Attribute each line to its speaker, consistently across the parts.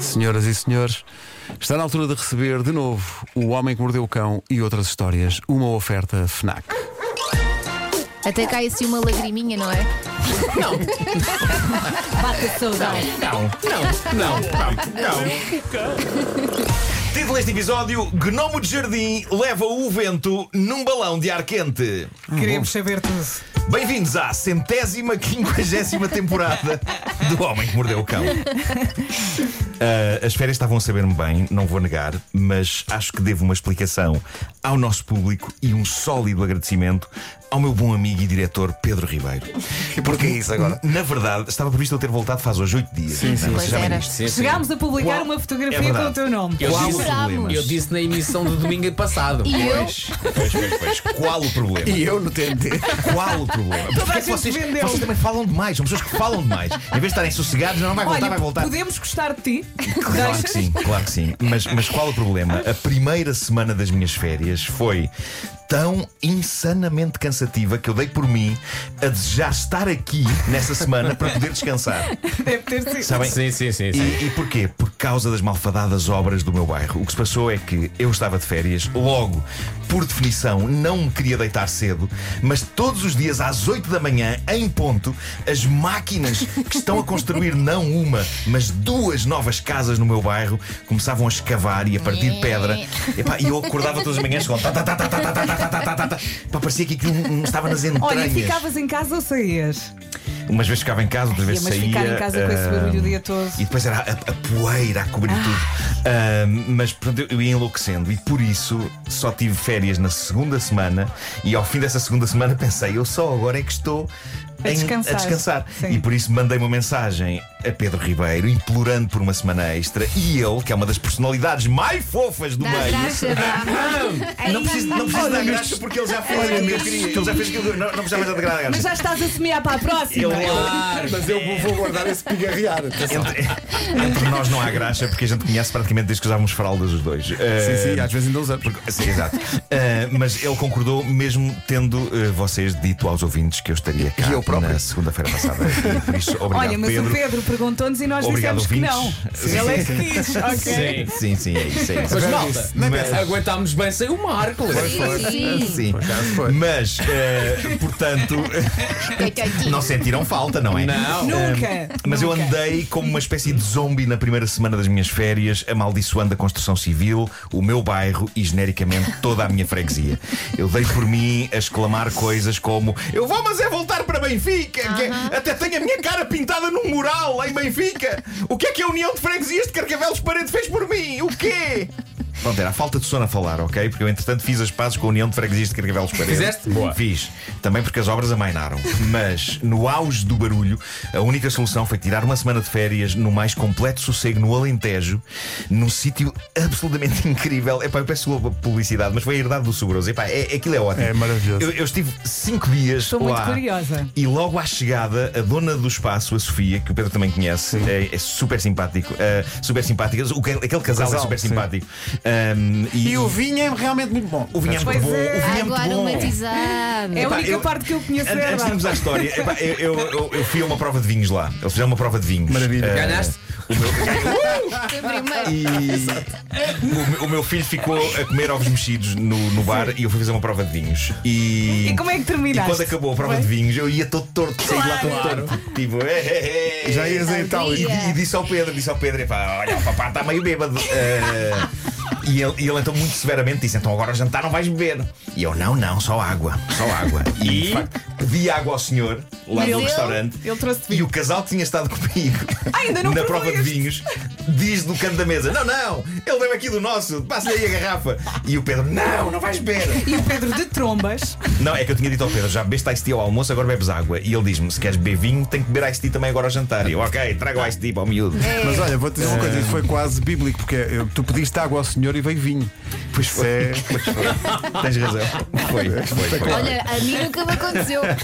Speaker 1: Senhoras e senhores, está na altura de receber de novo O Homem que Mordeu o Cão e outras histórias, uma oferta FNAC.
Speaker 2: Até cai assim uma lagriminha, não é? Não. Bate a saudade.
Speaker 3: Não, não, não, não, não. Título deste episódio: Gnomo de Jardim leva o vento num balão de ar quente.
Speaker 4: Queríamos saber tudo.
Speaker 3: Bem-vindos à centésima quinquagésima temporada do Homem que Mordeu o Cão. Ah, as férias estavam a saber-me bem, não vou negar, mas acho que devo uma explicação ao nosso público e um sólido agradecimento ao meu bom amigo e diretor Pedro Ribeiro. E porquê isso agora? Na verdade, estava previsto eu ter voltado faz hoje oito dias. é? Sim, sim,
Speaker 2: Pois era.
Speaker 4: Chegámos a publicar
Speaker 3: Qual-
Speaker 4: uma
Speaker 3: É
Speaker 4: fotografia
Speaker 3: verdade.
Speaker 4: com o teu nome.
Speaker 5: Eu
Speaker 3: Qual o
Speaker 5: disse,
Speaker 3: problema?
Speaker 5: eu disse na emissão do domingo passado.
Speaker 2: E eu?
Speaker 3: Pois, pois, pois, pois. Qual o problema?
Speaker 1: E eu no TNT.
Speaker 3: Qual o problema?
Speaker 4: a
Speaker 3: Porque é que
Speaker 4: gente
Speaker 3: vocês,
Speaker 4: vendeu.
Speaker 3: vocês também falam demais, são pessoas que falam demais. Em vez de estarem sossegados, não vai voltar,
Speaker 4: Olha,
Speaker 3: vai voltar.
Speaker 4: podemos gostar de ti?
Speaker 3: Claro que sim, claro que sim. Mas, mas qual o problema? A primeira semana das minhas férias foi tão insanamente cansativa que eu dei por mim a desejar estar aqui nessa semana para poder descansar.
Speaker 4: Deve ter sido.
Speaker 3: Sabem?
Speaker 5: Sim, sim, sim. sim.
Speaker 3: E, e porquê? Por causa das malfadadas obras do meu bairro. O que se passou é que eu estava de férias, logo, por definição, não me queria deitar cedo, mas todos os dias às 8 da manhã, em ponto, as máquinas que estão a construir não uma, mas duas novas casas no meu bairro começavam a escavar e a partir pedra. Epá, E eu acordava todas as manhãs com. tá, tá, tá, tá, tá, tá, tá, tá, tá, tá, tá. Pá, Parecia que aquilo hum, estava nas entranhas.
Speaker 4: Olha, ficavas em casa ou saías?
Speaker 3: Umas vezes ficava em casa, outras vezes
Speaker 4: mas
Speaker 3: saía.
Speaker 4: ficar em casa com esse
Speaker 3: ah,
Speaker 4: barulho o dia todo.
Speaker 3: E depois era a, a poeira a cobrir tudo. Ah, mas pronto, eu eu ia enlouquecendo e por isso só tive férias na segunda semana. E ao fim dessa segunda semana pensei, eu só agora é que estou
Speaker 4: A
Speaker 3: em-
Speaker 4: descansar.
Speaker 3: descansar.
Speaker 4: Sim.
Speaker 3: E por isso mandei uma mensagem a Pedro Ribeiro, implorando por uma semana extra. E ele, que é uma das personalidades mais fofas do
Speaker 2: Dá
Speaker 3: meio.
Speaker 2: graça, dá.
Speaker 3: Não preciso, não preciso dar graça porque ele já fez aquilo que eu queria. Ele já fez aquilo que eu- Não, não precisava de graça.
Speaker 4: Mas já estás a semear para a próxima.
Speaker 3: Ele- é ele-
Speaker 5: Claro,
Speaker 1: Mas eu vou guardar esse pigarrear.
Speaker 3: Entre, entre nós não há graxa porque a gente conhece praticamente desde que usávamos fraldas os dois.
Speaker 1: Sim,
Speaker 3: Eh,
Speaker 1: sim, às vezes ainda usamos.
Speaker 3: Sim, exato. Eh, mas ele concordou, mesmo tendo eh, vocês dito aos ouvintes que eu estaria cá
Speaker 1: E eu próprio.
Speaker 3: na segunda-feira passada. E por isso, obrigado,
Speaker 4: Olha, mas
Speaker 3: Pedro.
Speaker 4: o Pedro perguntou-nos e nós
Speaker 3: Obrigado,
Speaker 4: dissemos que não.
Speaker 3: ouvintes. Sim.
Speaker 4: Ele é que diz. Ok.
Speaker 5: Sim.
Speaker 3: Sim, sim, é isso. É isso.
Speaker 5: Mas
Speaker 1: isso,
Speaker 5: malta,
Speaker 1: nem
Speaker 5: mas
Speaker 1: pensar.
Speaker 5: aguentámos bem sem o Marco.
Speaker 2: Sim, sim.
Speaker 3: Sim.
Speaker 1: foi.
Speaker 3: Mas, eh, portanto, não sentiram falta, não é?
Speaker 5: Não.
Speaker 4: Nunca.
Speaker 3: Mas eu
Speaker 4: nunca.
Speaker 3: andei como uma espécie de zombie na primeira semana das minhas férias, amaldiçoando a construção civil, o meu bairro e genericamente toda a minha freguesia. Eu dei por mim a exclamar coisas como: Eu vou, mas é voltar para Benfica! que é- até tenho a minha cara pintada num mural lá em Benfica! O que é que a União de Freguesias de Carcavelos Parede fez por mim? O quê? Pronto, era a falta de sono a falar, ok? Porque eu, entretanto, fiz as pazes com a União de Freguesias de Carcavelos Parede.
Speaker 5: Fizeste? Boa.
Speaker 3: Fiz. Também porque as obras amainaram. Mas, no auge do barulho, a única solução foi tirar uma semana de férias no mais completo sossego no Alentejo, num sítio absolutamente incrível. Epá, eu peço desculpa pela publicidade, mas foi a herdade do Seguroso. Epá, é, aquilo é ótimo.
Speaker 1: É maravilhoso.
Speaker 3: Eu, eu estive cinco dias
Speaker 4: Estou muito
Speaker 3: lá.
Speaker 4: curiosa.
Speaker 3: E logo à chegada, a dona do espaço, a Sofia, que o Pedro também conhece, é, é super simpático. eh, super simpática. O que- aquele casal,
Speaker 1: casal,
Speaker 3: é super
Speaker 1: sim.
Speaker 3: simpático. Ahm, e,
Speaker 1: E o vinho é realmente muito bom.
Speaker 3: o vinho é muito
Speaker 4: Pois é.
Speaker 3: bom. O vinho é muito
Speaker 2: Agora
Speaker 3: bom.
Speaker 2: matizado.
Speaker 4: É a
Speaker 3: Epá,
Speaker 4: única
Speaker 3: eu-
Speaker 4: parte que eu conheço
Speaker 3: An-
Speaker 4: é
Speaker 3: Antes de irmos
Speaker 4: verdade.
Speaker 3: à história, epá, eu, eu, eu- eu fui a uma prova de vinhos lá. Eles fizeram uma prova de vinhos.
Speaker 1: Maravilha.
Speaker 3: Eh,
Speaker 5: Ganhaste?
Speaker 3: o meu-
Speaker 2: Foi primeiro.
Speaker 3: e o, meu- o meu filho ficou a comer ovos mexidos no, no bar e eu fui fazer uma prova de vinhos. E,
Speaker 4: E como é que
Speaker 3: e
Speaker 4: terminaste?
Speaker 3: quando acabou a prova de vinhos, eu ia todo torto, saí de lá todo torto. Tipo, "Eh, eh, eh".
Speaker 1: Já ias a
Speaker 3: E,
Speaker 1: Itália.
Speaker 3: e disse ao Pedro, disse ao Pedro, "Epá, olha, o papá está meio bêbado. Eh, e, ele, e ele então muito severamente disse, então agora ao jantar não vais beber. E eu, não, não, só água, só água. E, de facto, pedi água ao senhor, lá
Speaker 2: Mas
Speaker 3: no
Speaker 2: ele-
Speaker 3: restaurante.
Speaker 4: Ele trouxe-te
Speaker 3: E o casal que tinha estado comigo
Speaker 4: Ainda não
Speaker 3: na prova de
Speaker 4: provaste.
Speaker 3: vinhos diz do canto da mesa: Não, não, ele veio aqui do nosso, passa aí a garrafa. E o Pedro: Não, não vais beber.
Speaker 4: E o Pedro de trombas.
Speaker 3: Não, é que eu tinha dito ao Pedro: Já bebeste ice tea ao almoço, agora bebes água. E ele diz-me: Se queres beber vinho, tem que beber ice tea também agora ao jantar. E eu: Ok, trago ice tea para o miúdo.
Speaker 4: É.
Speaker 1: Mas olha, vou-te dizer uma coisa, isso foi quase bíblico, porque é, eu- tu pediste água ao senhor e veio vinho. Pois foi.
Speaker 3: Pois foi. é- Tens razão. Foi, foi, foi.
Speaker 2: Olha, a mim nunca me aconteceu.
Speaker 3: eh,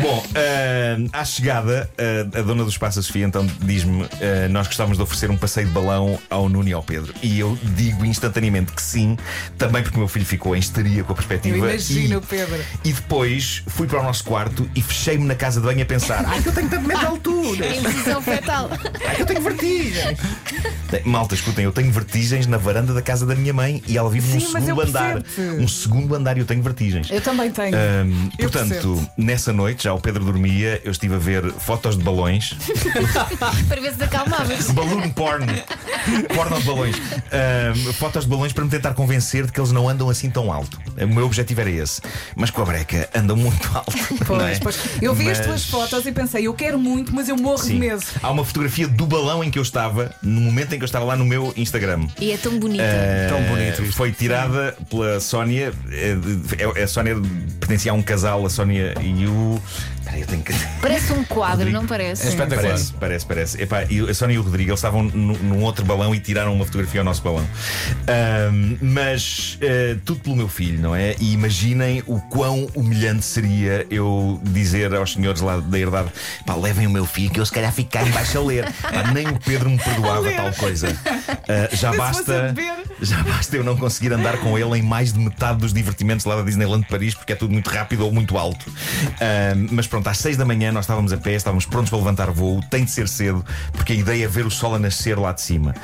Speaker 3: Bom, ah, à chegada, ah, a dona do espaço, a Sofia, então diz-me: ah, Nós gostávamos de oferecer. oferecer um passeio de balão ao Nuno e ao Pedro. E eu digo instantaneamente que sim, também porque o meu filho ficou em histeria com a perspectiva.
Speaker 4: Eu imagino
Speaker 3: e,
Speaker 4: o Pedro.
Speaker 3: E depois fui para o nosso quarto e fechei-me na casa de banho a pensar: ai, É que eu tenho tanto medo de altura,
Speaker 2: Em posição fetal.
Speaker 3: ai, que eu tenho vertigens. Malta, escutem, eu tenho vertigens na varanda da casa da minha mãe e ela vive num
Speaker 4: Sim, mas
Speaker 3: segundo
Speaker 4: eu
Speaker 3: andar.
Speaker 4: percebo-te.
Speaker 3: Um segundo andar e eu tenho vertigens.
Speaker 4: Eu também tenho.
Speaker 3: Ahm,
Speaker 4: Eu
Speaker 3: portanto,
Speaker 4: percebo.
Speaker 3: nessa noite, já o Pedro dormia, eu estive a ver fotos de balões,
Speaker 2: Para ver se te acalmavas.
Speaker 3: balloon porn, porno de balões, Ahm, fotos de balões para me tentar convencer de que eles não andam assim tão alto. O meu objetivo era esse. Mas com a breca, andam muito alto. não é?
Speaker 4: Pois, pois. Eu vi as
Speaker 3: Mas-
Speaker 4: tuas fotos e pensei, eu quero muito, mas eu morro de
Speaker 3: Sim.
Speaker 4: medo.
Speaker 3: Há uma fotografia do balão em que eu estava, no momento em que eu estava lá no meu Instagram.
Speaker 2: E é tão bonita.
Speaker 1: Tão bonito
Speaker 3: Eh,
Speaker 1: isto.
Speaker 3: Foi tirada pela Sónia. eh, de- eh, A Sónia pertencia a um casal, a Sónia e o. Peraí, eu tenho que.
Speaker 2: Parece um quadro, não
Speaker 3: É
Speaker 2: parece?
Speaker 5: Espetacular.
Speaker 3: Parece, parece, parece. Epá, e o- a Sónia e o Rodrigo eles estavam nu- num outro balão e tiraram uma fotografia ao nosso balão. Ahm, mas eh, tudo pelo meu filho, não é? E imaginem o quão humilhante seria eu dizer aos senhores lá da herdade: pá, levem o meu filho que eu se calhar fico cá em baixo a ler. Pá, nem o Pedro me perdoava
Speaker 4: ler.
Speaker 3: tal coisa. Ah,
Speaker 4: Se
Speaker 3: já
Speaker 4: fosse a
Speaker 3: basta.
Speaker 4: beber.
Speaker 3: Já basta eu não conseguir andar com ele em mais de metade dos divertimentos lá da Disneyland de Paris, porque é tudo muito rápido ou muito alto. Ahm, mas pronto, às 6 da manhã nós estávamos a pé, estávamos prontos para levantar voo, tem de ser cedo, porque a ideia é ver o sol a nascer lá de cima.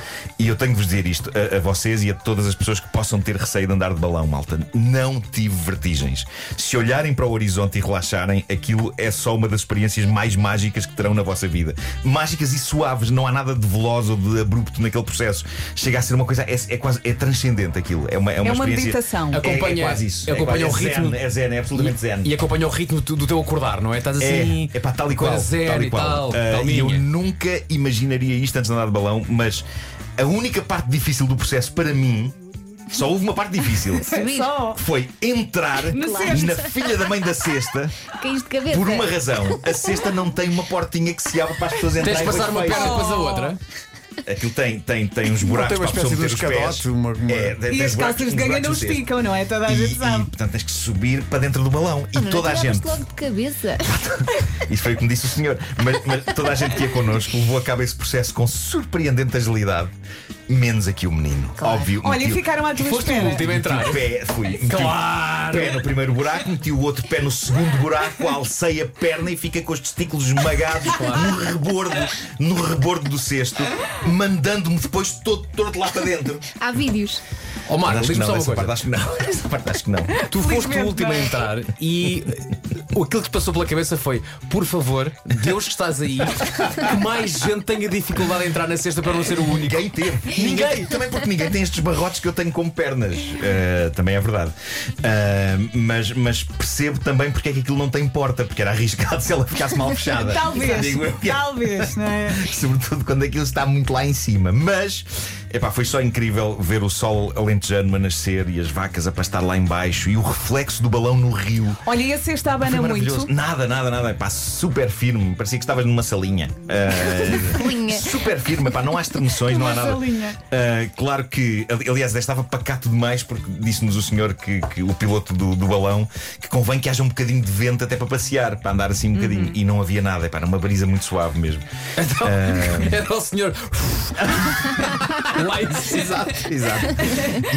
Speaker 3: E eu tenho de vos dizer isto a, a vocês e a todas as pessoas que possam ter receio de andar de balão, malta. Não tive vertigens. Se olharem para o horizonte e relaxarem, aquilo é só uma das experiências mais mágicas que terão na vossa vida. Mágicas e suaves, não há nada de veloz ou de abrupto naquele processo. Chega a ser uma coisa, é, é quase é transcendente aquilo. É uma, é uma,
Speaker 4: É uma
Speaker 3: experiência-
Speaker 4: meditação.
Speaker 3: É-
Speaker 5: Acompanha-
Speaker 3: é, quase isso.
Speaker 5: acompanha
Speaker 3: é,
Speaker 5: o
Speaker 3: quase- é
Speaker 5: ritmo.
Speaker 3: Zen, é zen, é absolutamente zen.
Speaker 5: E, e acompanha o ritmo tu- do teu acordar, não é? Estás assim.
Speaker 3: É, é pá, tal e qual.
Speaker 5: coisa zero
Speaker 3: tal e
Speaker 5: e
Speaker 3: qual.
Speaker 5: tal,
Speaker 3: Ah, e eu
Speaker 5: calminha.
Speaker 3: nunca imaginaria isto antes de andar de balão, mas a única parte difícil do processo para mim. Só houve uma parte difícil.
Speaker 2: Subir.
Speaker 4: Só.
Speaker 3: Foi entrar
Speaker 4: Na
Speaker 3: na
Speaker 4: cesta.
Speaker 3: filha da mãe da cesta
Speaker 2: Caíste de cabeça.
Speaker 3: por uma razão. A cesta não tem uma portinha que se abre para as pessoas entrarem.
Speaker 5: Tens de passar
Speaker 3: com
Speaker 5: uma
Speaker 3: as
Speaker 5: perna
Speaker 3: feiras.
Speaker 5: depois a outra.
Speaker 4: Oh,
Speaker 3: Aquilo tem, tem, tem uns
Speaker 1: Não
Speaker 3: buracos
Speaker 1: tem uma
Speaker 3: para a pessoa
Speaker 1: espécie de um
Speaker 3: meter os pés.
Speaker 1: escadote, uma, uma-
Speaker 3: É, tem-
Speaker 4: E
Speaker 3: tem
Speaker 4: as
Speaker 3: buracos-
Speaker 4: calças de
Speaker 3: uns
Speaker 4: ganga
Speaker 3: buracos
Speaker 4: não
Speaker 3: no cesto.
Speaker 4: esticam, não é? Toda a Ah,
Speaker 3: E,
Speaker 4: gente
Speaker 3: e
Speaker 4: sabe.
Speaker 3: portanto tens que subir para dentro do balão. E
Speaker 2: Não, não
Speaker 3: toda a
Speaker 2: tiravas-te
Speaker 3: gente.
Speaker 2: logo de cabeça.
Speaker 3: Isso foi o que me disse o senhor. Mas, mas toda a gente que ia connosco levou a cabo esse processo com surpreendente agilidade, menos aqui o menino.
Speaker 2: Claro.
Speaker 3: Óbvio.
Speaker 4: Olha, e
Speaker 3: meti o-
Speaker 4: ficaram à tua
Speaker 5: Foste o último
Speaker 4: espera.
Speaker 5: a
Speaker 3: meti
Speaker 5: entrar.
Speaker 3: o pé, fui. meti o
Speaker 5: Claro!
Speaker 3: Pé no primeiro buraco, meti o outro pé no segundo buraco, alcei a perna e fica com os testículos esmagados no rebordo, no rebordo do cesto, mandando-me depois todo torto lá para dentro.
Speaker 2: Há vídeos.
Speaker 5: Ó Oh,
Speaker 3: Mas
Speaker 5: Marco,
Speaker 3: acho que
Speaker 5: diz-me
Speaker 3: não,
Speaker 5: só uma
Speaker 3: essa parte
Speaker 5: coisa.
Speaker 3: acho que não. Essa parte acho que não.
Speaker 5: Tu foste o
Speaker 4: Felizmente
Speaker 5: último a
Speaker 4: não. é?
Speaker 5: entrar e eh, aquilo que te passou pela cabeça foi: por favor, Deus que estás aí, que mais gente tenha dificuldade a entrar na cesta para não ser o único.
Speaker 3: Ninguém teve.
Speaker 5: Ninguém.
Speaker 3: Também porque ninguém tem estes barrotes que eu tenho como pernas. Uh, também é verdade. Uh, mas, mas percebo também porque é que aquilo não tem porta, porque era arriscado se ela ficasse mal fechada.
Speaker 4: Talvez.
Speaker 3: Digo eu.
Speaker 4: Talvez, não é?
Speaker 3: Sobretudo quando aquilo está muito lá em cima. Mas, epá, foi só incrível ver o sol alentejano a nascer e as vacas a pastar lá embaixo e o reflexo do balão no rio.
Speaker 4: Olha, e a cesta
Speaker 3: Foi
Speaker 4: abana
Speaker 3: maravilhoso.
Speaker 4: muito.
Speaker 3: Nada, nada, nada. Epá, super firme. Parecia que estavas numa salinha. Uh,
Speaker 2: Linha.
Speaker 3: Super firme, pá, não há extremações, não há nada.
Speaker 4: Salinha.
Speaker 3: Ah, claro que, ali- aliás, estava pacato demais porque disse-nos o senhor que, que o piloto do, do balão que convém que haja um bocadinho de vento até para passear, para andar assim um
Speaker 4: Uhum.
Speaker 3: bocadinho. E não havia nada, pá, era uma brisa muito suave mesmo.
Speaker 5: Então, era o senhor. Lá em cima.
Speaker 3: Exato.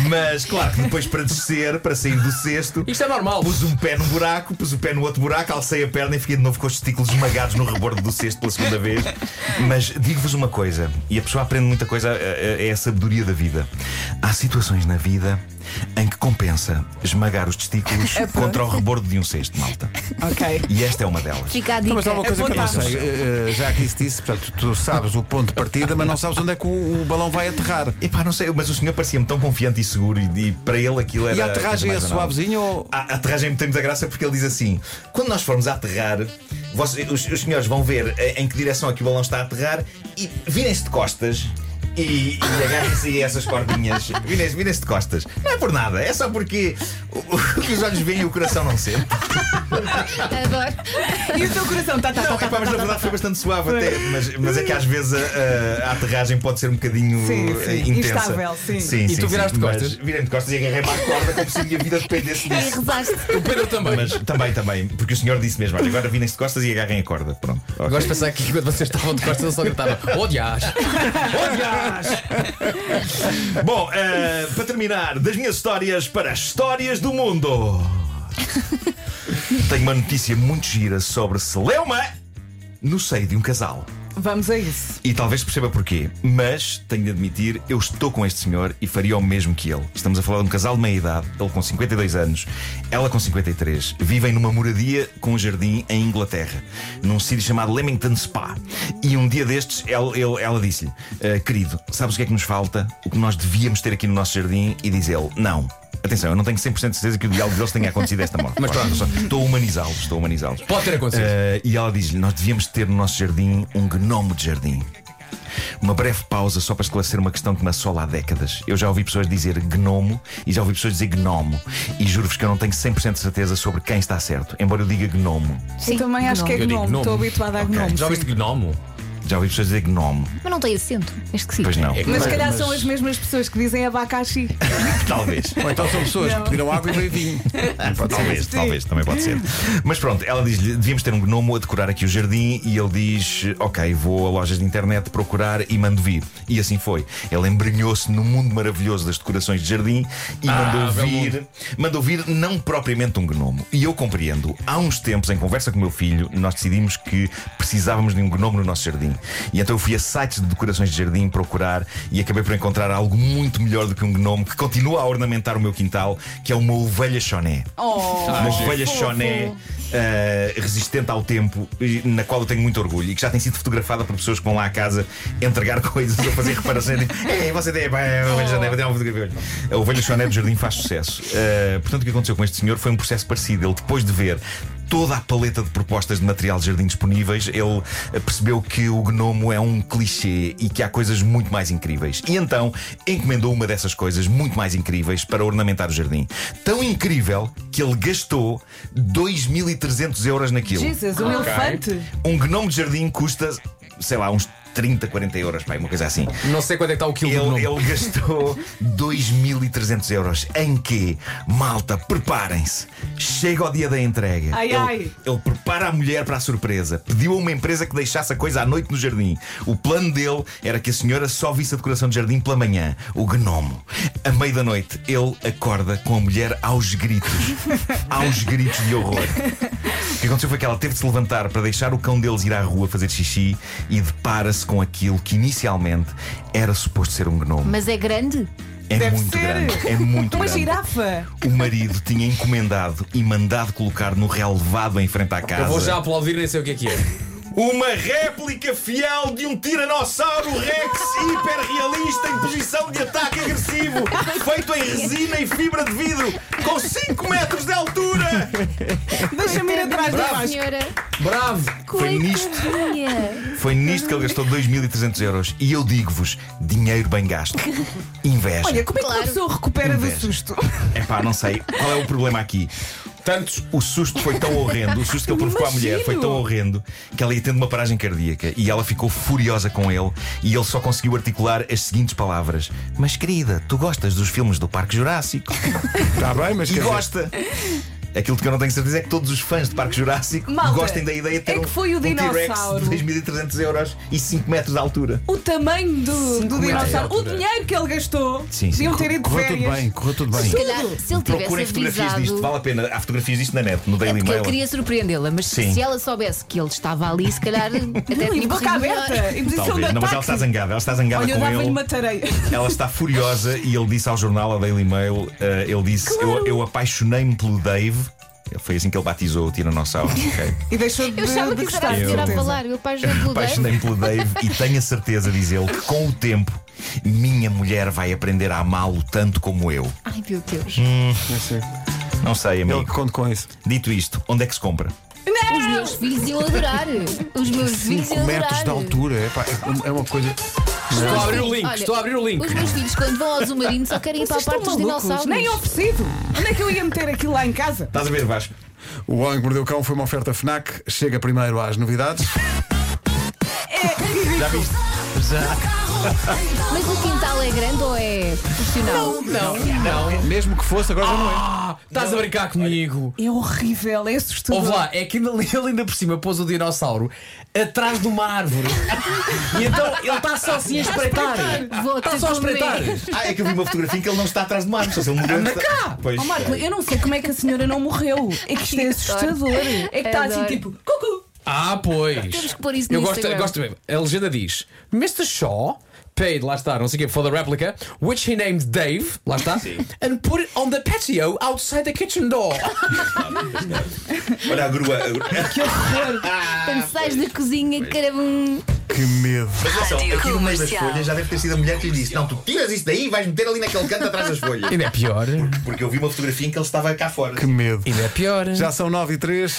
Speaker 3: Mas claro que depois para descer, para sair do cesto,
Speaker 5: Isto é normal.
Speaker 3: pus um pé num buraco, pus o pé no outro buraco, alcei a perna e fiquei de novo com os testículos esmagados no rebordo do cesto pela segunda vez. Mas digo-vos uma coisa, e a pessoa aprende muita coisa, é é a sabedoria da vida. Há situações na vida em que compensa esmagar os testículos
Speaker 1: É
Speaker 3: contra o rebordo de um cesto, malta.
Speaker 4: Ok.
Speaker 3: E esta é uma delas.
Speaker 2: Fica a dica.
Speaker 1: Não, mas há uma coisa que eu não
Speaker 4: Apontámos.
Speaker 1: sei. eh, eh, já aqui se disse, portanto, tu sabes o ponto de partida, mas não sabes onde é que o, o balão vai aterrar.
Speaker 3: Epá, não sei, mas o senhor parecia-me tão confiante e seguro, e, e para ele aquilo era.
Speaker 1: E a aterragem é
Speaker 3: mais banal.
Speaker 1: suavezinha ou.
Speaker 3: A a aterragem tem muita graça porque ele diz assim: quando nós formos a aterrar, vocês- os, os senhores vão ver eh, em que direção é que o balão está a aterrar e virem-se de costas e, e agarra-se a essas cordinhas. Vinas, vinas de costas. Não é por nada, é só porque o- o que os olhos veem e o coração não sente.
Speaker 2: Adoro.
Speaker 4: E o teu coração, tá, tá,
Speaker 3: Não,
Speaker 4: tá, tá,
Speaker 3: epá, mas
Speaker 4: tá, tá,
Speaker 3: na verdade
Speaker 4: tá.
Speaker 3: foi bastante suave até, mas, mas é que às vezes a, a- a aterragem pode ser um bocadinho
Speaker 4: Sim, sim.
Speaker 3: eh, intensa.
Speaker 4: Instável, sim.
Speaker 5: E tu viraste de
Speaker 3: mas
Speaker 5: costas?
Speaker 3: Virei de costas e agarrei para a corda como se a minha vida dependesse
Speaker 2: E
Speaker 3: disso.
Speaker 2: rezaste.
Speaker 5: O Pedro também.
Speaker 3: Mas também, também, porque o senhor disse mesmo: olha, agora virem-se de costas e agarrem a corda. Pronto. ok.
Speaker 5: Gosto de pensar que quando vocês estavam de costas, eu só gritava: "Oh, odias!
Speaker 3: Bom, eh, para terminar, das minhas histórias para as histórias do mundo. Tenho uma notícia muito gira sobre celeuma no seio de um casal.
Speaker 4: Vamos a isso.
Speaker 3: E talvez perceba porquê, mas tenho de admitir, eu estou com este senhor e faria o mesmo que ele. Estamos a falar de um casal de meia idade, ele com 52 anos, ela com 53. Vivem numa moradia com um jardim em Inglaterra, num sítio chamado Leamington Spa. E um dia destes, ele- ele- ela disse-lhe: "Ah, Querido, sabes o que é que nos falta? O que nós devíamos ter aqui no nosso jardim? E diz ele: Não. Atenção, eu não tenho 100% de certeza que o diálogo deles tenha acontecido desta morte. Mas pronto, estou a humanizá-los, estou a humanizá-los.
Speaker 5: Pode ter acontecido.
Speaker 3: Eh, e ela diz-lhe: Nós devíamos ter no nosso jardim um gnomo de jardim. Uma breve pausa só para esclarecer uma questão que me assola há décadas. Eu já ouvi pessoas dizer gnomo e já ouvi pessoas dizer gnomo. E juro-vos que eu não tenho 100% de certeza sobre quem está certo, embora eu diga gnomo.
Speaker 4: eu também acho que é
Speaker 5: Eu digo
Speaker 4: gnome,
Speaker 5: gnomo.
Speaker 4: estou habituada a gnome.
Speaker 5: Já ouviste gnomo?
Speaker 3: Já ouvi pessoas dizer gnomo.
Speaker 2: Mas não tem acento. É esquisito.
Speaker 3: Pois não.
Speaker 4: Mas se calhar são as mesmas pessoas que dizem abacaxi.
Speaker 3: Talvez.
Speaker 1: Ou então são pessoas que pediram água e veio vinho.
Speaker 3: talvez, talvez, também pode ser. Mas pronto, ela diz-lhe: devíamos ter um gnomo a decorar aqui o jardim. E ele diz: Ok, vou a lojas de internet procurar e mando vir. E assim foi. Ele embrenhou-se no mundo maravilhoso das decorações de jardim e mandou
Speaker 5: belo
Speaker 3: vir, mandou vir não propriamente um gnomo. E eu compreendo. Há uns tempos, em conversa com o meu filho, nós decidimos que precisávamos de um gnomo no nosso jardim. E então eu fui a sites de decorações de jardim procurar e acabei por encontrar algo muito melhor do que um gnomo que continua a ornamentar o meu quintal, que é uma ovelha choné
Speaker 4: Oh,
Speaker 3: uma ovelha choné eh, resistente ao tempo, e na qual eu tenho muito orgulho e que já tem sido fotografada por pessoas que vão lá à casa entregar coisas ou fazer reparações. Ei, você tem pá, a ovelha choné, vou tirar uma fotografia. A ovelha choné do jardim faz sucesso. Eh, portanto, o que aconteceu com este senhor foi um processo parecido. Ele, depois de ver toda a paleta de propostas de material de jardim disponíveis, ele eh, percebeu que o gnomo é um clichê e que há coisas muito mais incríveis. E então encomendou uma dessas coisas muito mais incríveis para ornamentar o jardim. Tão incrível que ele gastou 2.300 euros naquilo.
Speaker 4: Jesus, um elefante.
Speaker 3: Um gnomo de jardim custa, sei lá, uns 30, 40 euros, pai, uma coisa assim.
Speaker 5: Não sei quanto é que está o quilo do
Speaker 3: Ele,
Speaker 5: gnomo.
Speaker 3: ele gastou 2.300 euros. Em quê? Malta, preparem-se. Chega o dia da entrega.
Speaker 4: Ai,
Speaker 3: ele,
Speaker 4: ai.
Speaker 3: ele prepara a mulher para a surpresa. Pediu a uma empresa que deixasse a coisa à noite no jardim. O plano dele era que a senhora só visse a decoração de jardim pela manhã. O gnomo. A meio da noite, ele acorda com a mulher aos gritos. aos gritos de horror. O que aconteceu foi que ela teve de se levantar para deixar o cão deles ir à rua fazer xixi e depara-se com aquilo que inicialmente era suposto ser um gnomo.
Speaker 2: Mas é grande.
Speaker 3: É
Speaker 4: Deve
Speaker 3: muito
Speaker 4: ser.
Speaker 3: grande, é muito
Speaker 4: Uma
Speaker 3: grande.
Speaker 4: girafa.
Speaker 3: O marido tinha encomendado e mandado colocar no relevado em frente à casa.
Speaker 5: Eu vou já aplaudir, nem sei o que é que é.
Speaker 3: Uma réplica fiel de um tiranossauro rex hiperrealista em posição de ataque agressivo, feito em resina e fibra de vidro, com 5 metros de altura.
Speaker 4: Deixa-me ir atrás da
Speaker 2: Bravo,
Speaker 4: Vasco.
Speaker 2: senhora.
Speaker 5: Bravo!
Speaker 3: Foi nisto.
Speaker 2: Coitadinha.
Speaker 3: Foi nisto que ele gastou 2.300 euros. E eu digo-vos: dinheiro bem gasto. Inveja.
Speaker 4: Olha, como é que uma
Speaker 2: Claro.
Speaker 4: pessoa recupera do
Speaker 3: Inveja.
Speaker 4: susto?
Speaker 3: Epá, não sei. Qual é o problema aqui? Tanto o susto foi tão horrendo, o susto que ele provocou à
Speaker 4: Imagino.
Speaker 3: mulher foi tão horrendo que ela ia tendo uma paragem cardíaca e ela ficou furiosa com ele e ele só conseguiu articular as seguintes palavras: Mas querida, tu gostas dos filmes do Parque Jurássico?
Speaker 1: Está Tá bem, mas
Speaker 3: E
Speaker 1: quer dizer,
Speaker 3: gosta! Aquilo de que eu não tenho certeza é que todos os fãs de Parque Jurássico
Speaker 4: Malta,
Speaker 3: gostem da ideia de ter
Speaker 4: é que
Speaker 3: um-
Speaker 4: foi o
Speaker 3: um T-Rex
Speaker 4: dinossauro.
Speaker 3: de 2.300 euros e 5 metros de altura.
Speaker 4: O tamanho do, do dinossauro, o
Speaker 5: altura.
Speaker 4: dinheiro que ele gastou,
Speaker 3: Sim, sim.
Speaker 4: deviam ter ido de
Speaker 1: correu tudo
Speaker 4: férias.
Speaker 1: bem, correu tudo bem.
Speaker 2: Se calhar, se ele
Speaker 3: Procurem
Speaker 2: tivesse
Speaker 3: fotografias disto,
Speaker 2: avisado.
Speaker 3: vale a pena. Há fotografias disto na net, no
Speaker 2: É
Speaker 3: Daily
Speaker 2: porque
Speaker 3: Mail.
Speaker 2: ele queria surpreendê-la, mas
Speaker 3: Sim.
Speaker 2: se ela soubesse que ele estava ali, se calhar até
Speaker 4: Não, e
Speaker 2: tinha
Speaker 4: boca
Speaker 2: corrido melhor.
Speaker 4: aberta, em posição de
Speaker 3: Talvez.
Speaker 4: é um ataque.
Speaker 3: Não, mas ela está zangada, ela está zangada
Speaker 4: Olha, eu
Speaker 3: com
Speaker 4: dava-lhe
Speaker 3: ele.
Speaker 4: uma tareia.
Speaker 3: Ela está furiosa e ele disse ao jornal, ao Daily Mail, eh, ele disse: Eu, eu apaixonei-me pelo Dave. Foi assim que ele batizou o Tiranossauro. ok?
Speaker 4: E deixou de,
Speaker 2: Eu achava
Speaker 4: de
Speaker 2: que isso era
Speaker 4: gostar.
Speaker 2: a senhora a
Speaker 3: Eu-
Speaker 2: falar, eu pai já
Speaker 3: Eu
Speaker 2: mudei.
Speaker 3: apaixonei-me pelo Dave e tenho a certeza, diz ele, que com o tempo minha mulher vai aprender a amá-lo tanto como eu.
Speaker 2: Ai meu Deus.
Speaker 3: Não sei,
Speaker 1: Ele que
Speaker 3: amigo.
Speaker 1: conta com isso.
Speaker 3: Dito isto, onde é que se compra?
Speaker 2: Os meus filhos iam adorar. Os meus filhos
Speaker 1: 5
Speaker 2: iam adorar.
Speaker 1: metros de altura, é, pá, é uma- é uma coisa.
Speaker 5: Estou a abrir o
Speaker 2: Sim,
Speaker 5: link,
Speaker 2: olha,
Speaker 5: estou a abrir o link.
Speaker 2: Os meus filhos, quando vão ao Zumarino, só querem ir para a
Speaker 4: Vocês
Speaker 2: parte dos
Speaker 4: estão malucos?
Speaker 2: dinossauros.
Speaker 4: Nem oferecido. Onde é que eu ia meter aquilo lá em casa?
Speaker 3: Estás a ver, Vasco?
Speaker 1: O Homem que Mordeu o Cão foi uma oferta FNAC. Chega primeiro às novidades.
Speaker 3: Já viste?
Speaker 2: Mas o quintal é grande ou é profissional?
Speaker 5: Não, não.
Speaker 1: Mesmo que fosse, agora já não é.
Speaker 5: Ah, estás a brincar comigo.
Speaker 4: É horrível, é assustador.
Speaker 5: Ouve lá, é que ele, ele ainda por cima pôs o dinossauro atrás de uma árvore. e então ele está só assim a espreitar.
Speaker 2: Vou
Speaker 5: Está
Speaker 2: te
Speaker 5: só a
Speaker 2: comer.
Speaker 5: espreitar.
Speaker 3: Ah, é que eu vi uma fotografia em que ele não está atrás de uma árvore, só se ele morreu.
Speaker 5: Anda
Speaker 3: está-
Speaker 5: cá!
Speaker 3: Pois.
Speaker 4: Ó Ah, oh, Marco, eu não sei como é que a senhora não morreu. É que isto é assustador. É que está assim
Speaker 2: Adoro.
Speaker 4: tipo, cucu.
Speaker 5: Ah, pois.
Speaker 2: Temos que pôr isso no
Speaker 5: eu gosto, eu
Speaker 2: Instagram.
Speaker 5: gosto mesmo. A legenda diz: Mr. Shaw paid, lá está, não sei o quê, for the replica, which he named Dave, lá está, and put it on the patio outside the kitchen door.
Speaker 3: Olha a grua. a grua. Ah,
Speaker 2: Quando sais da cozinha, carabum.
Speaker 1: Que medo.
Speaker 3: Mas atenção, aqui no meio das
Speaker 6: Comercial.
Speaker 3: folhas já deve ter sido a mulher que lhe disse: Não, tu tiras isso daí e vais meter ali naquele canto atrás das folhas.
Speaker 5: Ainda é pior.
Speaker 3: Porque eu vi uma fotografia em que ele estava cá fora.
Speaker 1: Que medo.
Speaker 5: Ainda é pior.
Speaker 1: Já são 9 e 3.